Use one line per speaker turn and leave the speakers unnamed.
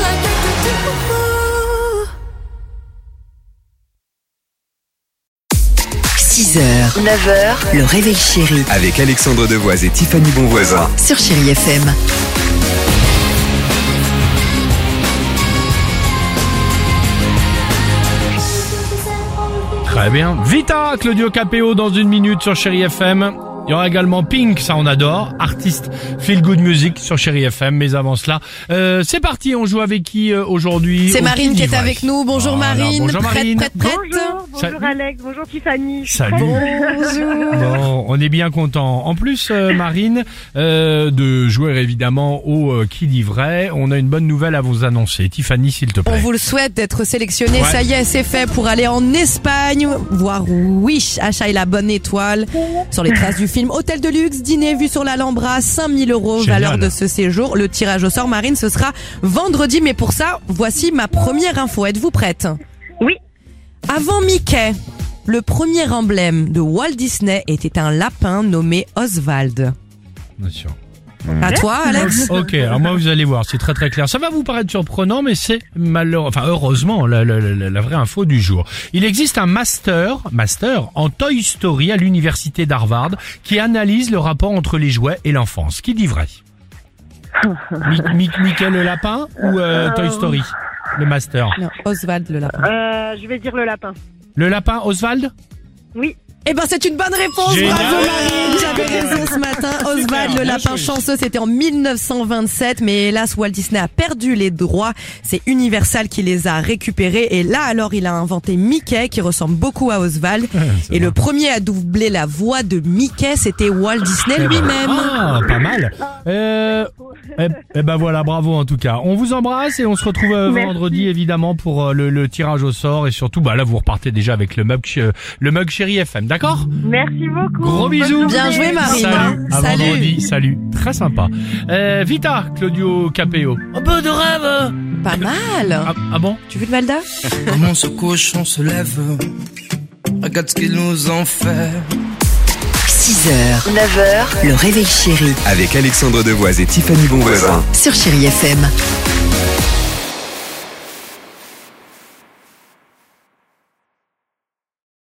like do, do, do, do.
6h, 9h, le réveil chéri
Avec Alexandre Devoise et Tiffany Bonvoisin.
sur Chérie FM.
Très bien. Vita, Claudio Capéo dans une minute sur Chéri FM. Il y aura également Pink, ça on adore. Artiste Feel Good Music sur Chéri FM. Mais avant cela, euh, c'est parti. On joue avec qui euh, aujourd'hui
C'est
Au
Marine qui
qui dit
est
vrai
avec nous. Bonjour
Voilà,
Marine.
Bonjour Marine.
Prête, prête, prête.
Bonjour, bonjour
Salut.
Alex, bonjour Tiffany.
Salut.
Bonjour.
Bon, on est bien content. En plus, euh, Marine, euh, de jouer évidemment au euh, qui dit vrai. On a une bonne nouvelle à vous annoncer. Tiffany, s'il te
On
plaît.
vous le souhaite d'être sélectionné.
Ouais.
Ça y est, c'est fait pour aller en Espagne voir Wish, achat et la bonne étoile sur les traces du film Hôtel de luxe, dîner vu sur l'Alhambra, 5000 euros
Génial.
valeur de ce séjour. Le tirage au sort Marine, ce sera vendredi. Mais pour ça, voici ma première info. Êtes-vous prête
Oui.
Avant Mickey, le premier emblème de Walt Disney était un lapin nommé Oswald.
Bien sûr.
À toi, Alex.
Ok, alors moi vous allez voir, c'est très très clair. Ça va vous paraître surprenant, mais c'est malheureux, enfin heureusement la, la- la- la vraie info du jour. Il existe un master, master en Toy Story à l'université d'Harvard qui analyse le rapport entre les jouets et l'enfance. Qui dit vrai Mi- Mi- Mickey le lapin ou euh, Toy Story le master
Non, Oswald le lapin.
Euh, je vais dire le lapin.
Le lapin Oswald
Oui.
Eh ben c'est une bonne réponse,
Génial.
bravo Marine, j'avais raison ce matin. Oswald le
bien
lapin
joué.
chanceux, c'était en 1927, mais hélas Walt Disney a perdu les droits. C'est Universal qui les a récupérés et là alors il a inventé Mickey qui ressemble beaucoup à Oswald.
c'est
Et
vrai.
le premier à doubler la voix de Mickey, c'était Walt Disney lui-même.
Ah, pas mal. Euh, eh, eh ben voilà, bravo en tout cas. On vous embrasse et on se retrouve euh,
Merci.
vendredi évidemment pour euh, le, le tirage au sort et surtout, bah là vous repartez déjà avec le mug, ch- le mug chéri FM, d'accord
Merci beaucoup.
Gros
Bonne
bisous.
journée.
Bien joué Marine.
Salut, à
Salut.
vendredi, salut. Très sympa. Euh, Vita, Claudio Capéo. Un peu de rêve.
Pas mal.
Ah, ah bon
Tu veux de Valda
Comme on se couche, on se lève. Regarde ce qu'ils nous ont fait.
6h, 9h, le réveil chéri
Avec Alexandre Devoise et Tiffany Bonvoisin.
sur Chérie FM.